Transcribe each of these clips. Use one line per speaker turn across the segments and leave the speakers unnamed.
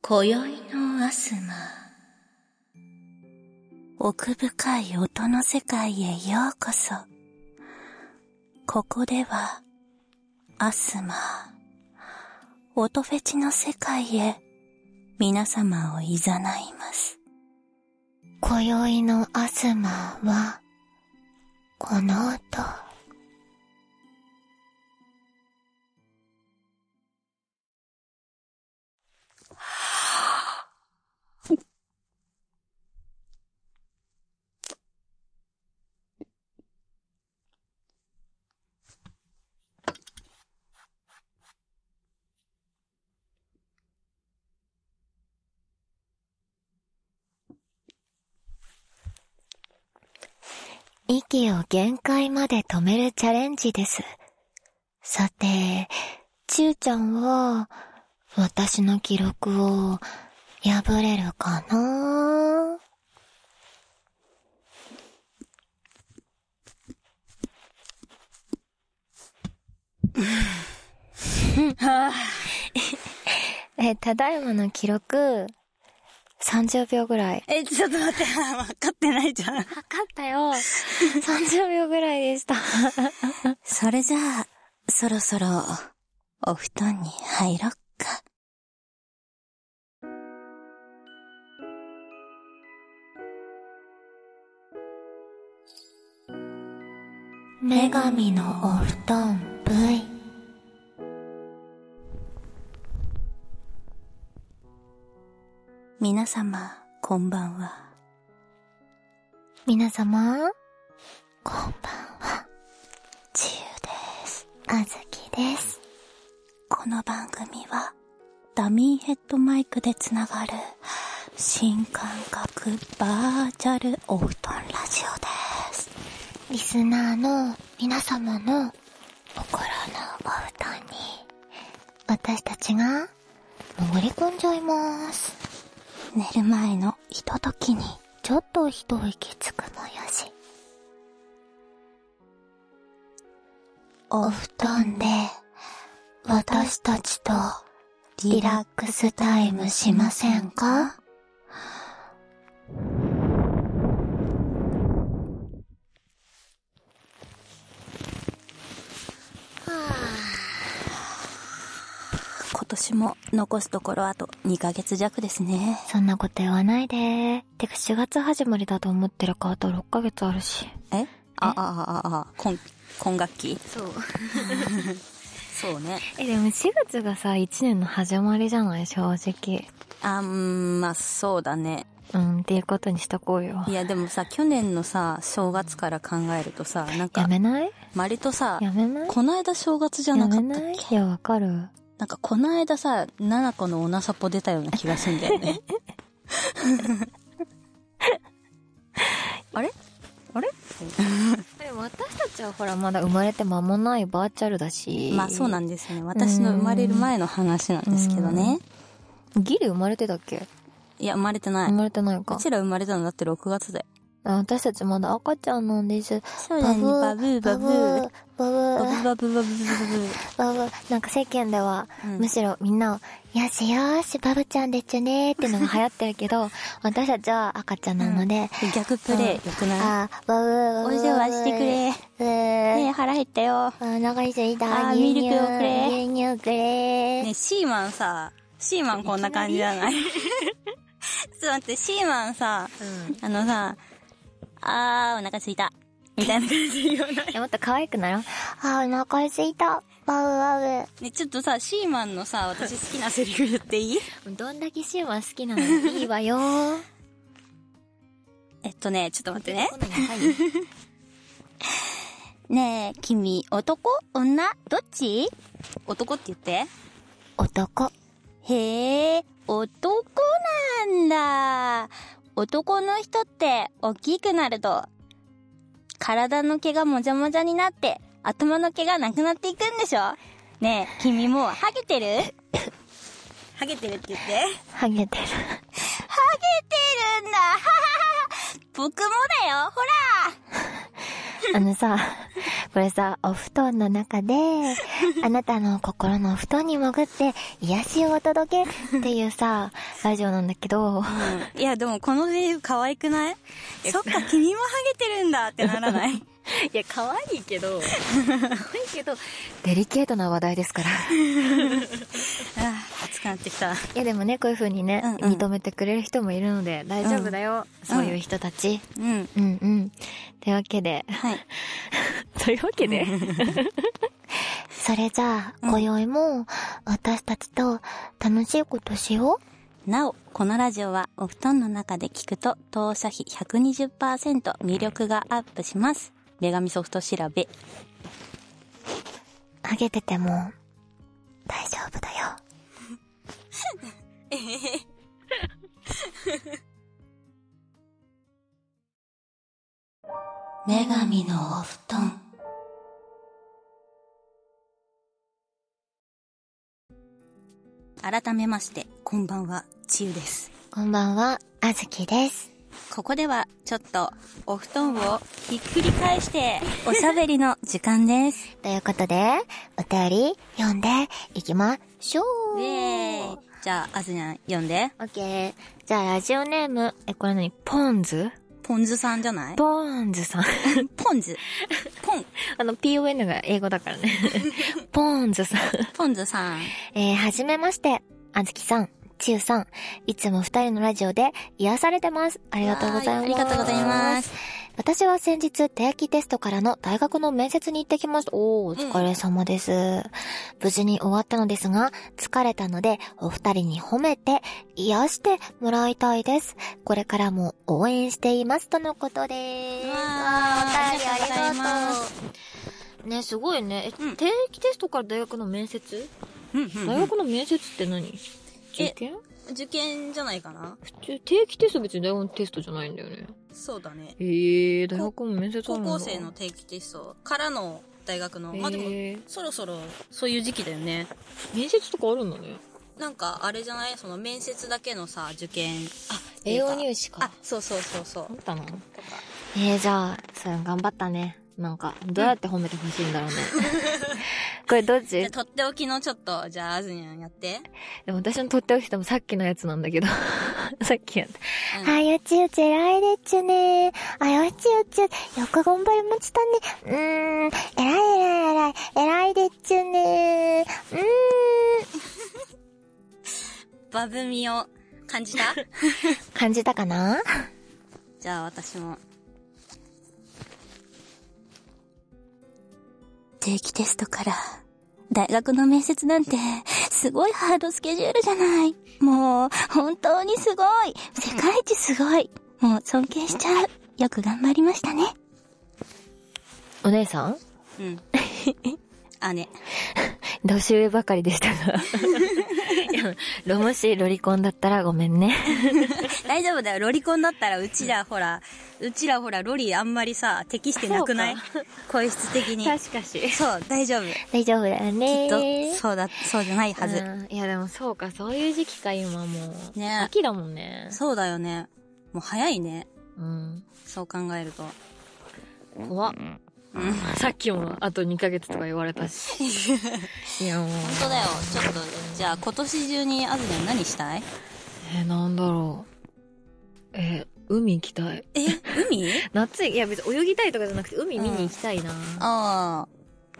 今宵のアスマ
奥深い音の世界へようこそ。ここでは、アスマ音フェチの世界へ、皆様を誘います。今宵のアスマは、この音。息を限界まで止めるチャレンジです。さて、ちゅうちゃんは、私の記録を、破れるかなえ、ただいまの記録、30秒ぐらい。
え、ちょっと待って、 分かってないじゃん。分
かったよ。30秒ぐらいでした。それじゃあ、そろそろ、お布団に入ろっか。女神のお布団 V。皆様、こんばんは。皆様、こんばんは。ちゆです。あずきです。この番組は、ダミーヘッドマイクでつながる、新感覚バーチャルお布団ラジオです。リスナーの皆様の心のお布団に、私たちが潜り込んじゃいます。寝る前のひとときにちょっと一息つくもよし。お布団で私たちとリラックスタイムしませんか 今年も残すところあと2ヶ月弱ですね。 そんなこと言わないで。てか4月始まりだと思ってるかあと6ヶ月あるし。
えああ、ああ、ああ、今、 今学期
そう。
そうね。
え、でも4月がさ、1年の始まりじゃない正直。
あん、まあそうだね。
うん、っていうことにしとこうよ。
いや、でもさ、去年のさ、正月から考えるとさ、なんか。
やめない
割とさ、
やめない
この間正月じゃなかったっ
けいや、わかる。
なんかこの間さ、ナナコのおなさぽ出たような気がすんだよ ね。あれあれ
でも私たちはほらまだ生まれて間もないバーチャルだし。
まあそうなんですね。私の生まれる前の話なんですけどね。
ギリ生まれてたっけ
いや、生まれてない。
生まれてないか。
うちら生まれたのだって6月で。
私たちまだ赤ちゃんなんです。
そうだね。バブー、バブー。
バブー。
バブバブバブバブ
バブ。バブ。なんか世間では、むしろみんなを、よしよし、バブちゃんでちゅねーってのが流行ってる けど、私たちは赤ちゃんなので。
逆プレイ、よくない
あ、バブー、
お世話してくれ。ねえ、腹減ったよ。
お腹すいた。
あ、ミルクをくれ。
牛乳くれ。
ねシーマンさ、シーマンこんな感じじゃ ないちょっと待って、シーマンさ、あのさ、あー、お腹すいた。みたいな感じで言わない。
もっと可愛くなろう。あー、お腹すいた。バウバ
ウ。ね、ちょっとさ、シーマンのさ、私好きなセリフ言っていい
どんだけシーマン好きなのいいわよ
えっとね、ちょっと待ってね。ねえ、君、男女どっち男って言って。
男。
へえ、男なんだ。男の人って大きくなると、体の毛がもじゃもじゃになって、頭の毛がなくなっていくんでしょねえ、君もう、ハゲてる ハゲてるって言って。
ハゲてる。
ゲて
ハ
るんだ ははは僕もだよほら
あのさ、これさ、お布団の中で、あなたの心のお布団に潜って癒しをお届けっていうさ、ラジオなんだけど、
いや、でもこのフェリフ可愛く ないそっか、君もハゲてるんだってならない。
いや、可愛いけど、可愛いけど、
デリケートな話題ですから。い
ああ、熱くなってきた。
やでもね、こういう風にね、
うんうん
認めてくれる人もいるので大丈夫だよ。そういう人たち。
うん。
うんうん。というわけで、
はい。
というわけで。それじゃあ、今宵も、私たちと楽しいことしよ
なお、このラジオはお布団の中で聞くと、当社費120%魅力がアップします。女神ソフト調べ。
う。ハゲてても、大丈夫だよ。
女神のお布団。
改めまして、こんばんは、ちゆです。
こんばんは、あずきです。
ここでは、ちょっと、お布団をひっくり返して、おしゃべりの時間です。
ということで、お便り読んでいきましょ
イ
う。
ェーイ。じゃあ、あずにゃん、読んで。
オッケー。じゃあ、ラジオネーム、え、これ何ポンズ
ポンズさんじゃない
ポンズさん。
ポンズ。ポン。
あの、PON が英語だからね。ポンズさん。
ポンズさん。
えー、はじめまして。あずきさん、ちゆさん、いつも二人のラジオで癒されてます。ありがとうございます。
ありがとうございます。。
私は先日定期テストからの大学の面接に行ってきました。おー、お疲れ様です。無事に終わったのですが、疲れたので、お二人に褒めて、癒してもらいたいです。これからも応援しています。とのことです。
わー
あーお便りあり
ありがとうござい
が
ま
とう。ね、すごいね。
うん
定期テストから大学の面接
うん
大学の面接って何受験
受験じゃないかな
普通、定期テスト別に大学のテストじゃないんだよね。
そうだね。
ええ大学も面接あ
高
るんだ
校生の定期テストからの大学の。まあでも、
えー
そろそろそういう時期だよね。
面接とかあるんだね。
なんか、あれじゃないその面接だけのさ、受験。あ、
栄養入試
あ
か。、
そうそうそうそう
あ。ったな。
とか。
えー、じゃあ、それ頑張ったね。なんか、どうやって褒めてほしいんだろうね。 これどっ
じゃ
ち
あとっておきのちょっと、じゃあ、あずにゃんやって。
でも私のとっておきてもさっきのやつなんだけど。 さっきやった。
うん
あ、よちよち偉いでっちゅねあ、よちよち、よく頑張りましたね。うーん、偉い偉い偉い、偉いでっちゅねうーん。
バブみを感じた
感じたかな
じゃあ、私も。定期テストから、大学の面接なんて、すごいハードスケジュールじゃない。もう、本当にすごい。世界一すごい。もう、尊敬しちゃう。よく頑張りましたね。
お姉さん
うん。 あ、ね。
年上ばかりでした が。いや、ロもしロリコンだったらごめんね。
大丈夫だよ。ロリコンだったら、うちらほら、うちらほら、ロリあんまりさ、適してなくない声質的に。
かし。
そう、大丈夫。
大丈夫だよ
きっ
ね。
と、そうだ、そうじゃないはず。
うんいやでもそうか、そういう時期か、今もう。
ね
秋だもんね。
そうだよね。もう早いね。
うん。
そう考えると。
怖っ。
うん。本
さっきもあと2ヶ月とか言われたし。 いやもう。
当だよ。ちょっと、じゃあ今年中にあずにゃん何したい
えー、なんだろう。えー、海行きたい。
え、海
夏、いや別に泳ぎたいとかじゃなくて海見に行きたいな。い
あ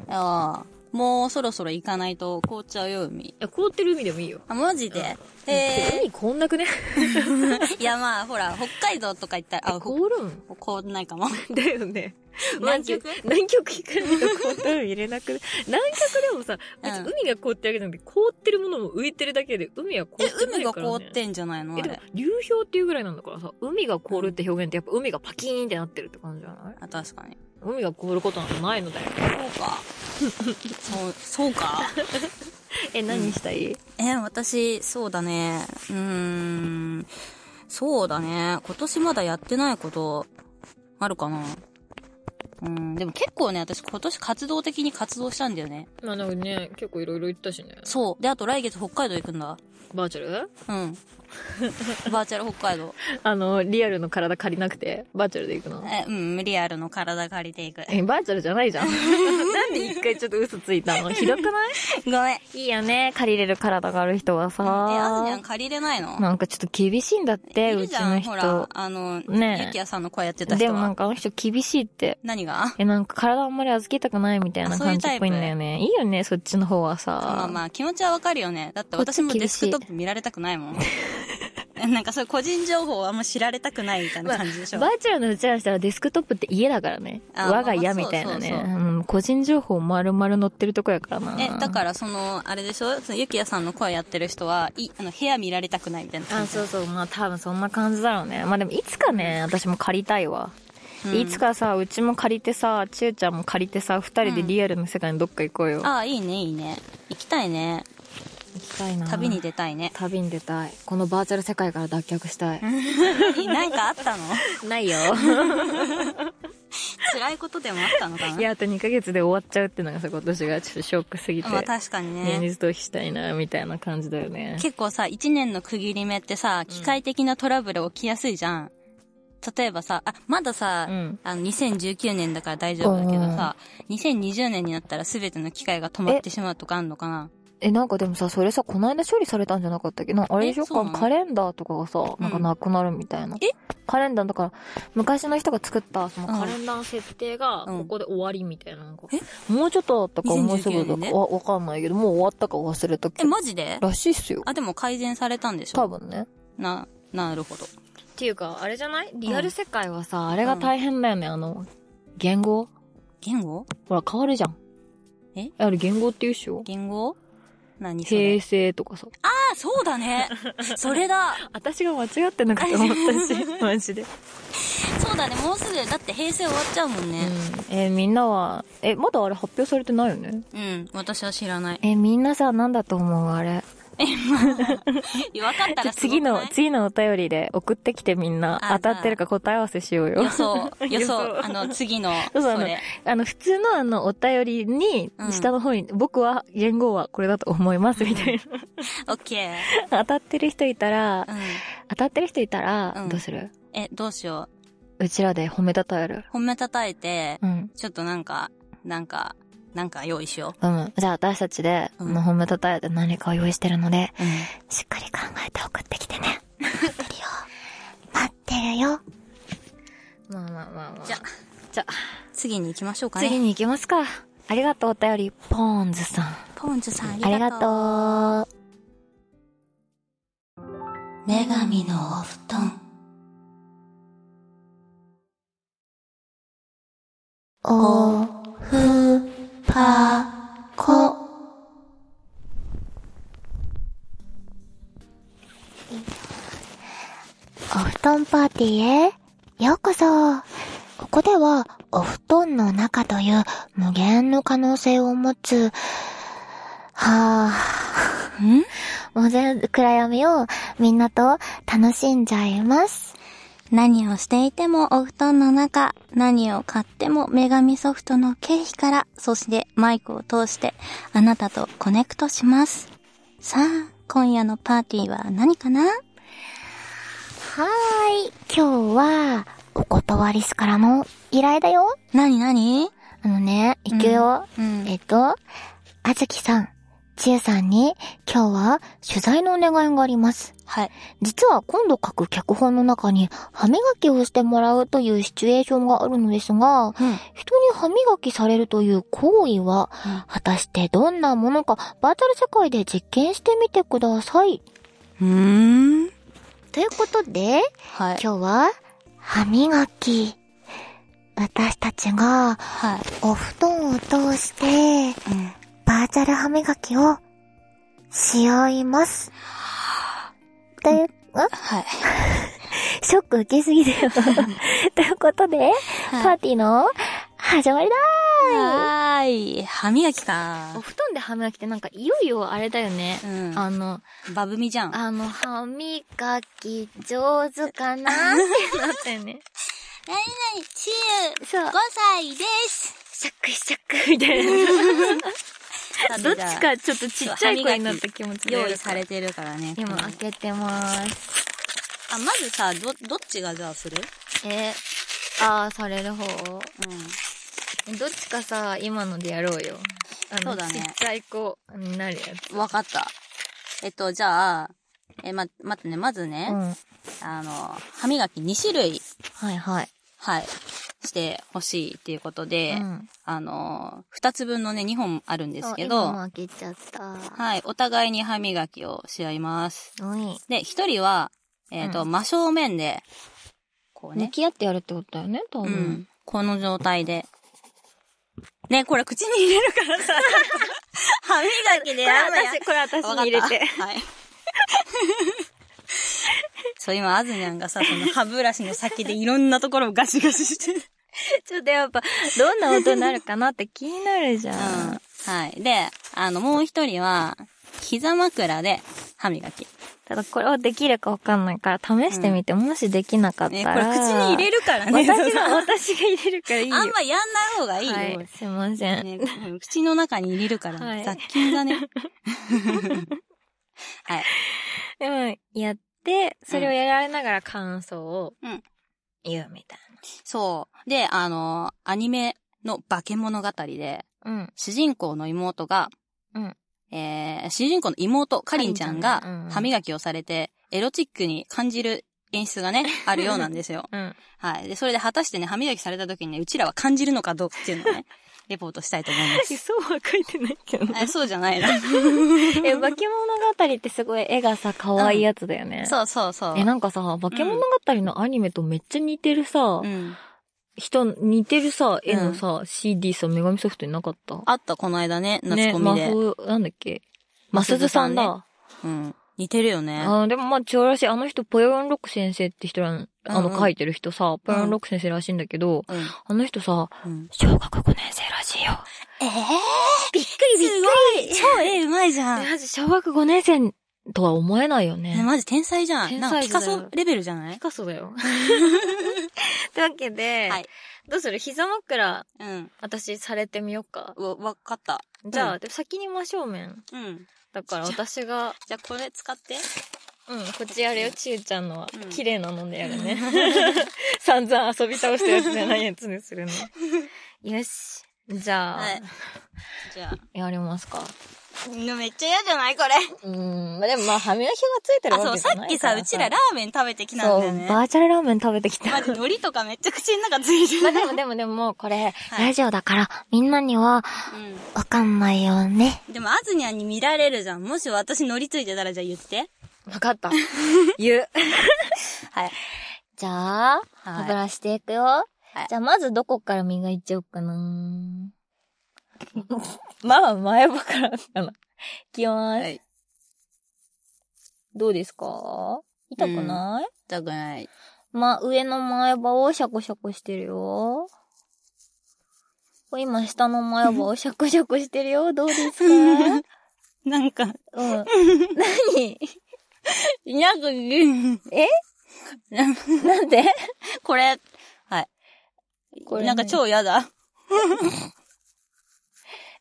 あ。ああ。もうそろそろ行かないと凍っちゃうよ、海。
や、凍ってる海でもいいよ。
あ、マジで
え
え
海凍んなくね
ー、いやまあ、ほら、北海道とか行ったら、あ、ほ
凍るん
凍んないかも。
だよ ね。
南極
南極行かないと凍った海入れなく な南極でもさ、別に
うん
海が凍ってるわけじゃなくて、凍ってるものも浮いてるだけで、海は凍
え
って、な
海
い
が
から、ね。
凍ってんじゃないの
え、
あ
でも
れ。、
流氷っていうぐらいなんだからさ、海が凍るって表現ってやっぱ海がパキーンってなってるって感じじゃない
あ、確かに。
海が凍ることなんてないのだよ。
そうか。 そう、そうか。
え、何したい、
えー、私、そうだね。うーん。そうだね。今年まだやってないこと、あるかな。うん。でも結構ね、私今年活動的に活動したんだよね。
まあなんかね、結構いろいろ言ったしね。
そう。で、あと来月北海道行くんだ。
バーチャル
うん。バーチャル北海道。
あの、リアルの体借りなくて、バーチャルで行くの。
え、うん、リアルの体借りていく。
え、バーチャルじゃないじゃん。 なんで一回ちょっと嘘ついたのひどくない
ごめん。え、
いいよね。借りれる体がある人は
あずにゃ
さ
ん。借りれないの
なんかちょっと厳しいんだって、
いうる
ち
じゃ
の
ん、ほら
人、。
あの、
ねえ
ゆきやさんの声やってた
で
人
もなん
は。
かあの人厳しいって。
何が
え、なんか体あんまり預けたくないみたいな
あそういう
感じっぽいんだよね。いいよね、そっちの方はさ。
まあまあ、気持ちはわかるよね。だって私も
こっ
デ
ち厳
ス
しい
クトップ見られたくない もん。なんかそういう個人情報はあんま知られたくないみたいな感じでしょ。
バーチャルのうちらにしたらデスクトップって家だからね。
あ
我が家みたいなね。
まあまあそう
うん、個人情報丸々載ってるとこやからな。
え、だからその、あれでしょそのゆきやさんの声やってる人は、い、あの、部屋見られたくないみたいな感
あ、
じ。
そうそう。まあ多分そんな感じだろうね。まあでもいつかね、私も借りたいわ。いつかさ、うちも借りてさ、ちゅうちゃんも借りてさ、二人でリアルの世界にどっか行こうよ。
ああ、いいね、いいね。行きたいね。
行きたいな。
旅に出たい ね。
旅に出たい。このバーチャル世界から脱却し たい。
何なんかあったの
ないよ。
辛いことでもあったのかない
や、あと2ヶ月で終わっちゃうっていうのがさ、今年がちょっとショックすぎて。
まあ確かに
現
ね。
実逃避したいな、みたいな感じだよね。
結構さ、一年の区切り目ってさ、機械的なトラブル起きやすいじゃん。例えばさ、あ、まださ、
うん
あの、2019年だから大丈夫だけどさ、2020年になったら全ての機械が止まってしまうとかあんのかな
え、なんかでもさ、それさ、この間処理されたんじゃなかったっけな、あれでしょ
えそうなの
カレンダーとかがさ、なんかなくなるみたいな。
え
カレンダーだから、昔の人が作った、その
うん
カレンダーの設定が、
うん
ここで終わりみたいな。なんか
え
もうちょっとだったか、
2019
もうすぐだ
年
か、
ね
わ、わかんないけど、もう終わったか忘れたけ
え、
ど。
マジで
らしいっすよ。
あ、でも改善されたんでしょ
多分ね。
な、なるほど。
っていうか、あれじゃないリ
アル
世界はさ、あれが大変だよね、あの、言語
言語
ほら、変わるじゃん。
え
あれ言語って言うっしょ
言語何それ
平成とかさ。
あ、そうだね。それだ。
私が間違ってなかった、 私。マジで。
そうだね。もうすぐ、だって平成終わっちゃうもんね。
うんえーみんなはえまだあれ発表されてないよね
うん、私は知らない。
えみんなさ何だと思うあれ
分かったらすごく
次
な
の
い
次のお便りで送ってきてみんな
あ
当たってるか答え合わせしようよ
予想、 予
予
想、
想
あの、次の、
そうそう
それ。
あの普通のあのお便りに
うん
下の方に、僕は言語はこれだと思いますみたいな
オッケ
当たってる人いたら
ー。うん。
当たってる人いたら、
うん
どうする
え、どうしよ
うちらで褒めたたえる
う。褒めたたえて、
うん
ちょっとなんか、なんか、なんか用意しよ
うん、じゃあ私たちで、
うん
あの褒めたたえて何かを用意してるので
う。うん。
しっかり考えて送ってきて ね。待ってるよ。
まあまあまあまあ
じゃあ
じゃあ
次に行きましょうかね。
次に行きますか。ありがとう、お便り、ポーンズさん。
ポンジュさん、あり
あり
が
が
とう。
とう。
女神のお布団
お、ふ、ぱ、こ。お布団パーティーへようこそ。ここでは、お布団の中という無限の可能性を持つ、 は
ん
ぁ、もう全部暗闇をみんなと楽しんじゃいます。
何をしていてもお布団の中、何を買っても女神ソフトの経費から、そしてマイクを通してあなたとコネクトします。さあ、今夜のパーティーは何かな
はーい。今日は、お断りすからの依頼だよ。
何何
あのね、行くよ。
うん。
えっと、あずきさん、ちゆさんに、今日は取材のお願いがあります。
はい。
実は今度書く脚本の中に、歯磨きをしてもらうというシチュエーションがあるのですが、
うん
人に歯磨きされるという行為は
うん、
果たしてどんなものか、バーチャル世界で実験してみてください。
うーん。
ということで、
はい。
今日は、歯磨き。私たちが、
はい。
お布団を通して、
うん
バーチャル歯磨きをし合います。という、
はい。
ショック受けすぎだ よ。ということで、
い
パーティーの始まりだ
はーい。歯磨き
お
か。
布団で歯磨きってなんかいよいよあれだよね
う。ん。
あの、
バブミじゃん。
あの、歯磨き上手かなってなったよね。
なになに、ちゆ、
そう
5歳 です。
シャックシャックみた いな。どっちかちょっとちっちゃい声になった気持ちで。
用意されてるからね。
今開けてます。
あ、まずさ、ど、どっちがじゃあする
えああされる方
う
どっちかさ今のでやろうよあ
そ
の
うだね
ちっちゃい子になるやつ
ん。わかった。えっと、じゃあ、え、ま、待ってね、まずね、
うん
あの、歯磨き2種類、
はいはい
はい、してほしいっていうことで、
うん
あの、2つ分のね、2本あるんですけ
そう
ど、
今開けちゃった。
はい、お互いに歯磨きをし合います。
おい
で、1人は、えっ、と、真正面で、こうね
向、き合ってやるってことだよね多
う
分、
ん。この状態で。ね、これ口に入れるからさ、歯磨きで
これ
やんなや
私これ私に入れ
わ
て
かったはい。 そう、今、あずにゃんがさ、その歯ブラシの先でいろんなところをガシガシしてる。
ちょっとやっぱどんな音になるかなって気になるじゃ、
うんん。はい。で、あの、もう一人は、膝枕で歯磨き。
ただこれはできるかわかんないから試してみて、もしできなかった
ね、
ら
これ口に入れるからね。
私が私が入れるからいいよ
あんまやんない方がいいよ。
はいすいません、
ね、うん口の中に入れるから、
はい
雑菌 がね。はい。
でもやってそれをやられながら感想を
うん
言うみたい
そう。で、あの、アニメの化け物語で、
なうん
主人公の妹が、
うん
えー主人公の妹、かりんちゃんが
かりんちゃんねうん。
歯磨きをされて、エロチックに感じる演出がね、あるようなんですよ
うん
はい。で、それで果たしてね、歯磨きされた時にね、うちらは感じるのかどうかっていうのを ね、レポートしたいと思います。
そうは書いてないけどね
えそうじゃないな。
え、化け物語ってすごい絵がさ、可愛いやつだよね。う。
そうそうそう。
え、なんかさ、化け物語のアニメとめっちゃ似てるさ、
うん。
人、似てるさ、絵のさ、CD さ、女神ソフトになかった
あった、この間ね、夏
ね、
コミ
魔
で。
法、なんだっけマ
マ
ス
ス
ズ
ズ
さ
さ
ん
ん
だ。
うん。似てるよね。
あーでもまあ、ちょらしい。あの人、ポヨロンロック先生って人ら、あ
うん
の、
うん
書いてる人さ、ポヨロンロック先生らしいんだけど、
うん。
あの人さ、
うん
小学5年生らしいよ。
ええ
すごい超絵うまいじゃん。
まず小学5年生とは思えないよね。
ね、マジ天才じゃん。
天
なんかピ
才児だ
カ
よ
ソレベルじゃない
ピカソだ よ。ってわけで、
はい
どうする膝枕、
うん。
私されてみようか。
わ、わかった。
じゃあ、
う
でも先に真正面。
うん。
だから私が、
じゃあこれ使って。
うん、こっちやるよ、ちゆちゃんのは。
うん
綺麗なのでやるね。 散々遊び倒したやつじゃないやつにす るの。よし。じゃあ、
はい。じゃあ。
やりますか。
めっちゃ嫌じゃないこれ。
うん、まあでもまあ、歯磨きがついてる
あ、
わ
そう、
けじ
さ
ゃな
っ
い
き
か
さ、
ら
うちらラーメン食べてきたん
そう
だよ、ね。
バーチャルラーメン食べて きた。
マジ、海苔とかめっちゃ口の中ついて
ま
る。
あでもでもでも、これ、
はい
ラジオだから、みんなには、わかんないよね。
うん。でも、あずにゃんに見られるじゃん。もし私海苔ついてたらじゃあ言って。
わかった。 言う。
はい。
じゃあ、歯ブ
はい。
ラシでいくよ。
い
じゃあ、まずどこから磨いちゃおうかな。 まあ、前歯からかな。 いきます。
はい
どうですか痛くない、
痛くない。
まあ、上の前歯をシャコシャコしてるよ。これ今、下の前 歯をシャコシャコしてるよ。どう ですかうん。
なんか、
何
210。
え なんで
これ、
これ
なんか超嫌だ。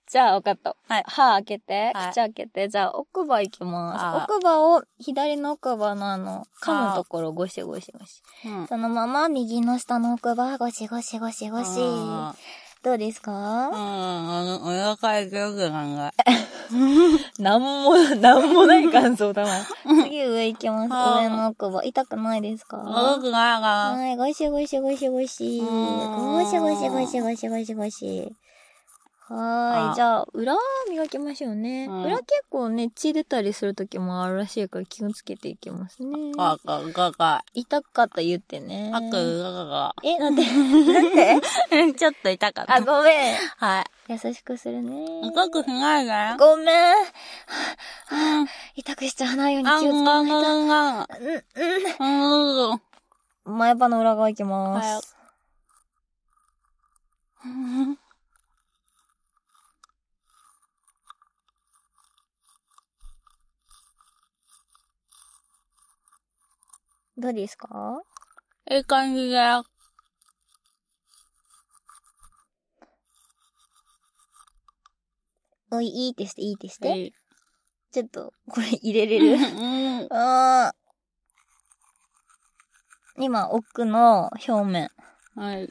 じゃあ、分かった。
はい
歯開けて、
はい
口開けて、じゃあ、奥歯行きま
あ
す。奥歯を、左の奥歯のあの、噛むところをゴシゴシゴシ。
うん。
そのまま、右の下の奥歯、ゴシゴシゴシゴシ。
あ
どうですか
ーあー、お腹痛くない。
なんも、なんもない感想 だわ。
次上行きます。
あー
上の奥歯。痛くないですか
痛くないかな。
はい、ゴシゴシゴシゴシ。
うーん
ゴシゴシゴシゴシゴシゴシ。
は
あ
い、じゃあ、裏磨きましょうね。
うん
裏結構ね、血出たりする時もあるらしいから気をつけていきますね。
かかかか。
痛かったら言ってね。
あくか
え、なんでなんで
か。ちょっと痛かっ
あ、
た。
ごめん。
はい。
優しくするね。
痛くしないで。あ
ごめん。はあはあ痛くしちゃわないように
ん
気をつけ
が
なんいと。
がんがん。うん、うん。
前歯の裏側行きます。
はい
どうですか
いい感じだよ。
おい、いいってして、いいってして。
で、
ちょっと、これ入れれる。
うん。
あ今、奥の表面。
はい。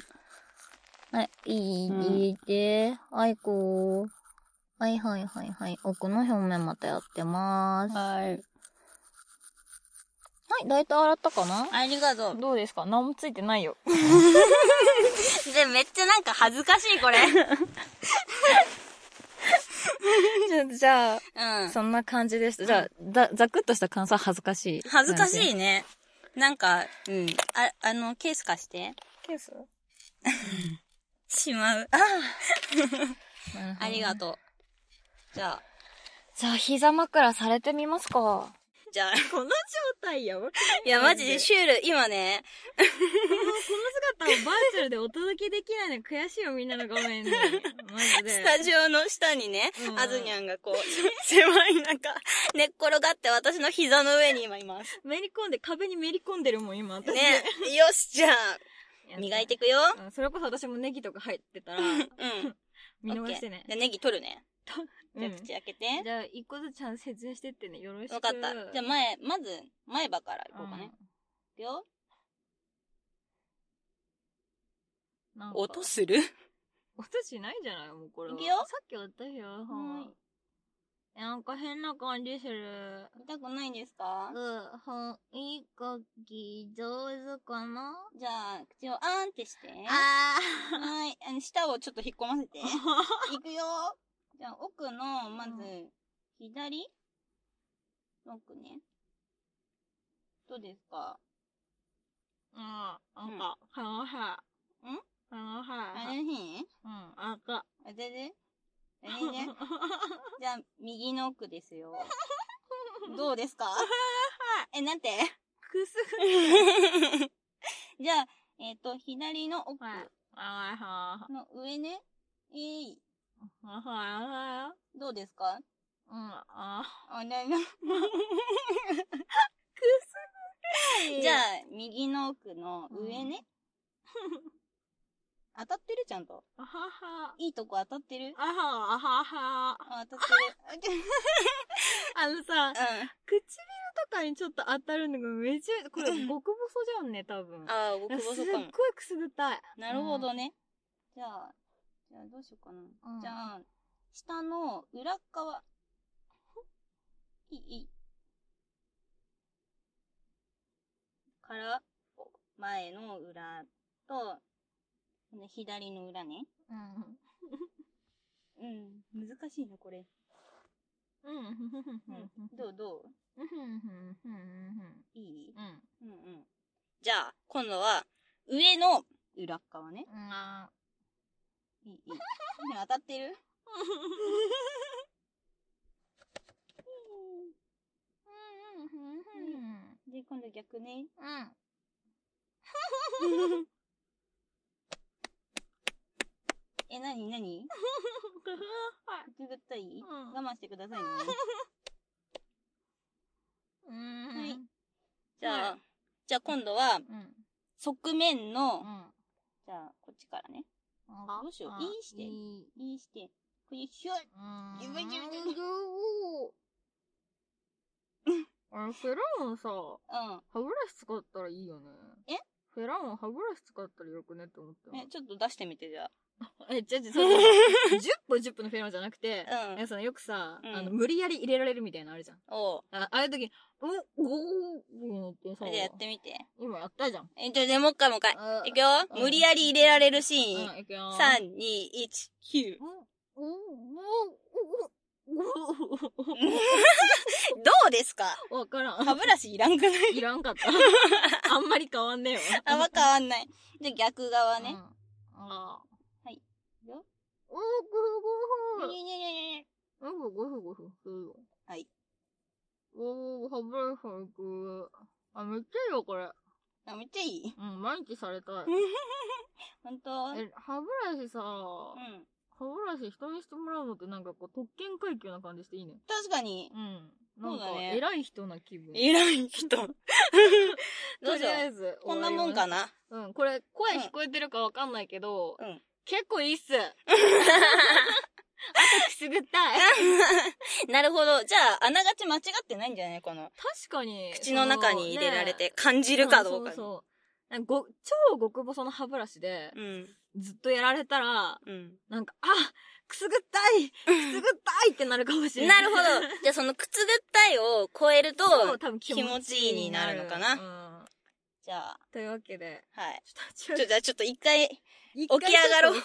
はい、いい、
うん
いいで、はい、こう。はいはいはいはい。奥の表面またやってまーす。は
はい。
い、だいたい洗ったかな
ありがとう。
どうですか何もついてないよ。
で、めっちゃなんか恥ずかしい、これ。
じゃ
うん
あ、。そんな感じでした。じゃあ、だざくっとした感想は恥ずかしい。
恥ずかし
い。
いね。なんか、うん。あ、あの、ケース貸して。
ケース
しまう。 ありがとう。じゃあ、
じゃあ、膝枕されてみますか。
じゃあ、この状態やばい。 いや、マジでシュール、今ね、
バーチャルでお届けできないの悔しいよ、みんなの画面で。マジ
スタジオの下にね
う、ん
あずにゃんがこう、 狭い中、寝っ転がって私の膝の上に今います。
めり込んで、壁にめり込んでるもん、今。
ね。 よし、じゃあ、磨いていくよ。
うんそれこそ私もネギとか入ってたら、
うん。
見
オ
逃
ッケ
してね
ー。じゃあネギ取るね。じゃあ
うん
口開けて。
じゃあ、一個ずつちゃんと説明してってね。よろしく。
わかった。じゃあ前、まず、前歯からいこうかね。いくよ。
うん。なんか
音する
音しないんじゃないもうこれは。
いくよ
さっき私は、
ん
はい。なんか変な感じする。
痛くないんですか
う、ほ、いいかき、上手かな
じゃあ、口をあーんってして。
あ
はい。あの舌をちょっと引っ込ませて。 いくよじゃあ、奥の、まず、左奥ね。どうですか
あ。うん、なんか、楽しい。
ん
楽し
あれ
い。
へん
うん、赤。
あれであれね じゃあ、右の奥ですよ。どう ですかえ、なんて
くす
じゃあ、えっ、と、左の奥
ぐ。はい。あは
の上ね。えい、
はは
どうですか
うん、あ
あ、な、な。 じゃあ、右の奥の上ね。当たってるちゃんと。
あはは。
いいとこ当たってる
あはあはは。
あ、当たってる。
あのさ、
うん。
唇とかにちょっと当たるのがめちゃ、これ極細じゃんね、多分。
ああ、僕
す
も
っ
そ
ご
う
い
かも。
くすぐったい。
なるほどね。じゃあ、じゃあどうしようかな。
うん
じゃあ、下の裏側。いい、いい。から、前の裏と、ね左の裏ね。
うん。
うん、難しいな、これ。
うん。
うん。どうどう
う
いいうんうん。じゃあ、今度は、上の裏っ側ね。
ん。あ
いい、いい。ね 当たってるで、今度逆ね。 え、なになにくぐったい
うん
我慢してくだ さいね。はい。じゃあ、じゃあ今度は、側面の、じゃあ、こっちからね。どうしよう。いいして。いいして。これ、ひょい。
あのフェラーモンさ、
うん。
歯ブラシ使ったらいいよね。
え
フェラーモン歯ブラシ使ったらよくねって思ったよ。
え、ちょっと出してみて、じゃ
え、じゃじゃ、その10本10本のフェラーモンじゃなくて、
うん
いやそのよくさ、
うん
あの、無理やり入れられるみたいなのあるじゃん。
あ。おう。
あああいう時に、うん、おーって
そ
さ
れ、でやってみて。
今やったじゃん。
え、じゃあ、じゃあもう一回もう一回。
はい
くよ。
うん
無理やり入れられるシ
う
ーン。
ん、いくよ。
3、2、1、9。
うん、うん、うん、うん
どうですか
うん、わから
歯
ん。
ブラシいらんくない
いらんかった。あんまり変わんねえわ。
あんま変わんない。じゃあ、逆側ね
う。ん。あ
いくよ
ーうん、ごふごふ。
にゃにゃにゃにゃにゃ
うん、ごふごふするよ。
はい。
おー、歯ブラシ行く。あ、めっちゃいいよ、これ。
あ、めっちゃい い。
うん、毎日されたい。
ほんとうん。
え、歯ブラシさ、歯ブラシ人にしてもらうのってなんかこう特権階級な感じしていいね。
確かに
う。ん。なん
そうだ
か、
ね
偉い人な気分。
偉い人。 ど
と
うし
り
よ
あ
う
えず。
こんなもんかな。
うん、これ、声聞こえてるかわかんないけど、
うん
結構いいっす。 あとくすぐったい。
なるほど。じゃあ、あながち間違ってないんじゃないこの、
確かに。
口の中に入れられて感じるかどうかに。
そのねそうそう
なんかご超極細の歯ブラシで、
うん。
ずっとやられたら、
うん。
なんか、あくすぐったいくすぐったいってなるかもしれな。
ないるほど。 じゃあそのくすぐったいを超えると、
そう多分気持ちいいになる
気持ちいいになるの
な。うん
じゃあ、
というわけで、
はい。
ちょっ
ち
と
ょ、じゃあちょっと一回、
一
起
回
き上がろう。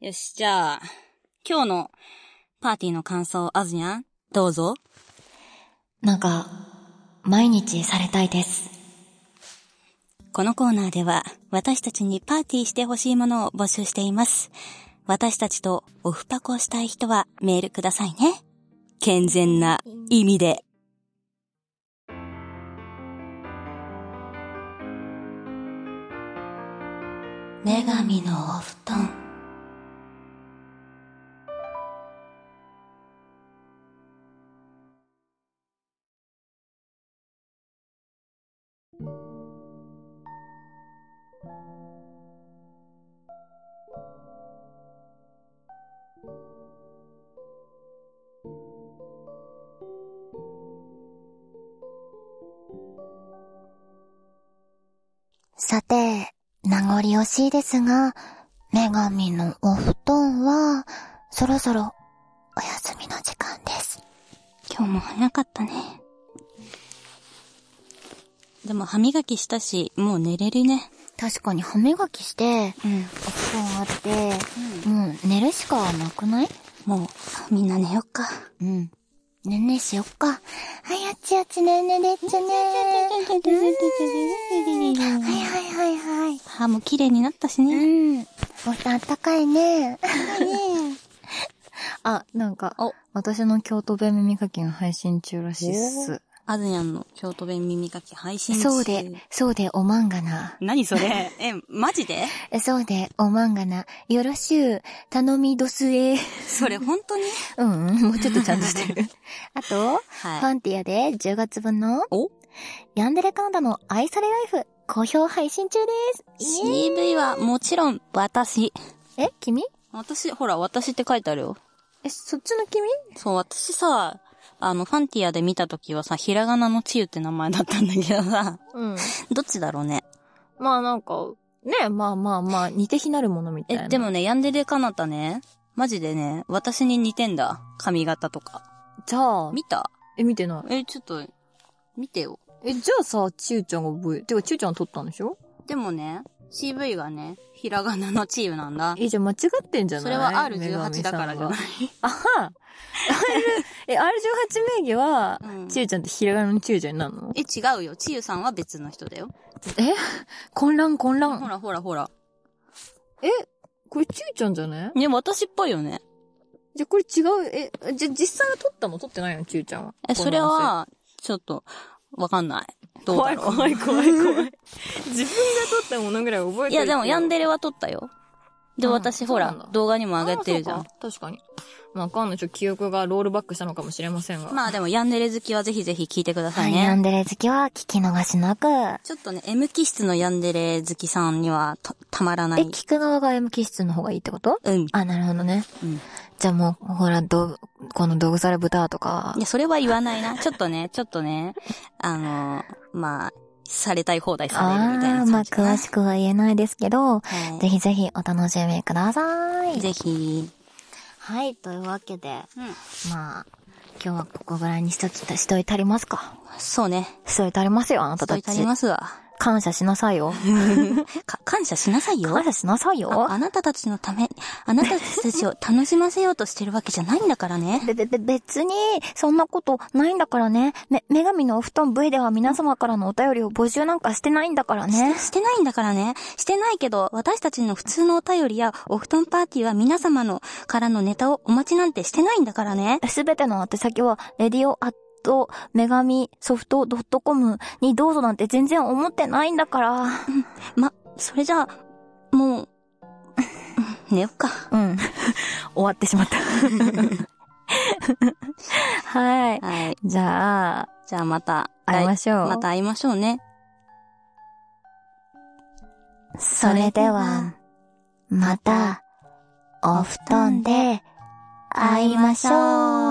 よし、じゃあ、今日のパーティーの感想、あずにゃん、どうぞ。
なんか、毎日されたいです。
このコーナーでは、私たちにパーティーしてほしいものを募集しています。私たちとオフパコをしたい人はメールくださいね。健全な意味で。
女神のお布団。
さて、名残惜しいですが、女神のお布団は、そろそろ、お休みの時間です。
今日も早かったね。でも歯磨きしたし、もう寝れるね。
確かに歯磨きして、
うん。
お布団あって、もう寝るしかなくない
もう、みんな寝よっか。
うん。ねんねしよっか。はい、あっちあっちねんねでっちゃねー。はいはいはいはい。
歯も綺麗になったしね。
うん。お布団あったかいね。
あ、なんか、私の京都弁耳かきが配信中らしいっす。
アズニャンの京都弁耳かき配信中。
そうで、そうでおまんがな。
何それえ、マジで
そうでおまんがな。よろしゅう、頼みどすえ。
それ本当に
うん、もうちょっとちゃんとしてる。あと、フ
は
ァンティアで10月分の、
お
ヤンデレカナダの愛されライフ、好評配信中で
い。
す。
CV はもちろん私。
え、君
私、ほら、私って書いてあるよ。
え、そっちの君
そう、私さ、あの、ファンティアで見た時はさ、ひらがなのちゆって名前だったんだけどさ、
うん。
どっちだろうね。
まあなんか、ね、まあまあまあ、似て非なるものみたいな。
え、でもね、ヤンデレカナタね、マジでね、私に似てんだ。髪型とか。
じゃあ、
見た
え、見てない。
え、ちょっと、見てよ。
え、じゃあさ、ちゆちゃんが V、てかちゆちゃん撮ったんでしょ
でもね、CV がね、ひらがなのチームなんだ。
え、じゃあ間違ってんじゃない
それは R18 だからじゃない
い。。あは R え、R18 名義は、
うん
ちゆちゃんってひらがなのちゆちゃんになるの
え、違うよ。ちゆさんは別の人だよ。
え混乱混
ほ
乱。
らほらほら。
これちゆちゃんじゃね
ね、私っぽいよね。
じゃあこれ違う、え、じゃあ実際は撮ったの撮ってないのちゆちゃんは。
え、それは、ちょっと、わかんない。どうだ
怖
ろ。
いう 怖い怖い怖い。自分が撮ったものぐらい覚えてる。
いや、でも、ヤン
で
デレは撮ったよ。で、
うん
私、ほ
そうな
ら
んだ、
動画にも上げてるじゃん。
確かに。まあ、わかんない。ちょっと記憶がロールバックしたのかもしれませんが。
まあでも、ヤンデレ好きはぜひぜひ聞いてください
はい、ヤ
ね。
ンデレ好きは聞き逃しなく。
ちょっとね、M 気質のヤンデレ好きさんにはた、たまらな
え、
い。
聞く側が M 気質の方がいいってこと
うん。
あ、なるほどね。
うん
じゃあもう、ほら、ど、この道具皿豚とか
いや、、それは言わないな。ちょっとね、ちょっとね、あの、まあ、されたい放題されるみたい
あ
な
ー、ま
感
あ
じかな。
詳しくは言えないですけど、
は
ぜひぜひお楽しみくださ
い。
い。
ぜひ。
はい、というわけで、
うん。
まあ、今日はここぐらいにしときた、しといたりますか。
そうね。
しといたりますよ、あなた
と
た
いたり
ち。
ますわ。
感謝しなさい よ。
か、感謝しなさいよ
感。謝しなさいよ
あ。あなたたちのため、あなたたちを楽しませようとしてるわけじゃないんだからね。
べ、べ、べ、別に、そんなことないんだからね。め、女神のお布団 V では皆様からのお便りを募集なんかしてないんだからね。
してないんだからね。してないけど、私たちの普通のお便りやお布団パーティーは皆様のからのネタをお待ちなんてしてないんだからね。
すべての宛先は、レディオアット、女神ソフト .com にどうぞなんて全然思ってないんだから。
それじゃあ、もう、 うん寝よっか。
うん。 終わってしまった。はい。
はい。
じゃあ、
じゃあまた、
会いましょう。
また会いましょうね。
それでは、また、お布団で会いましょう。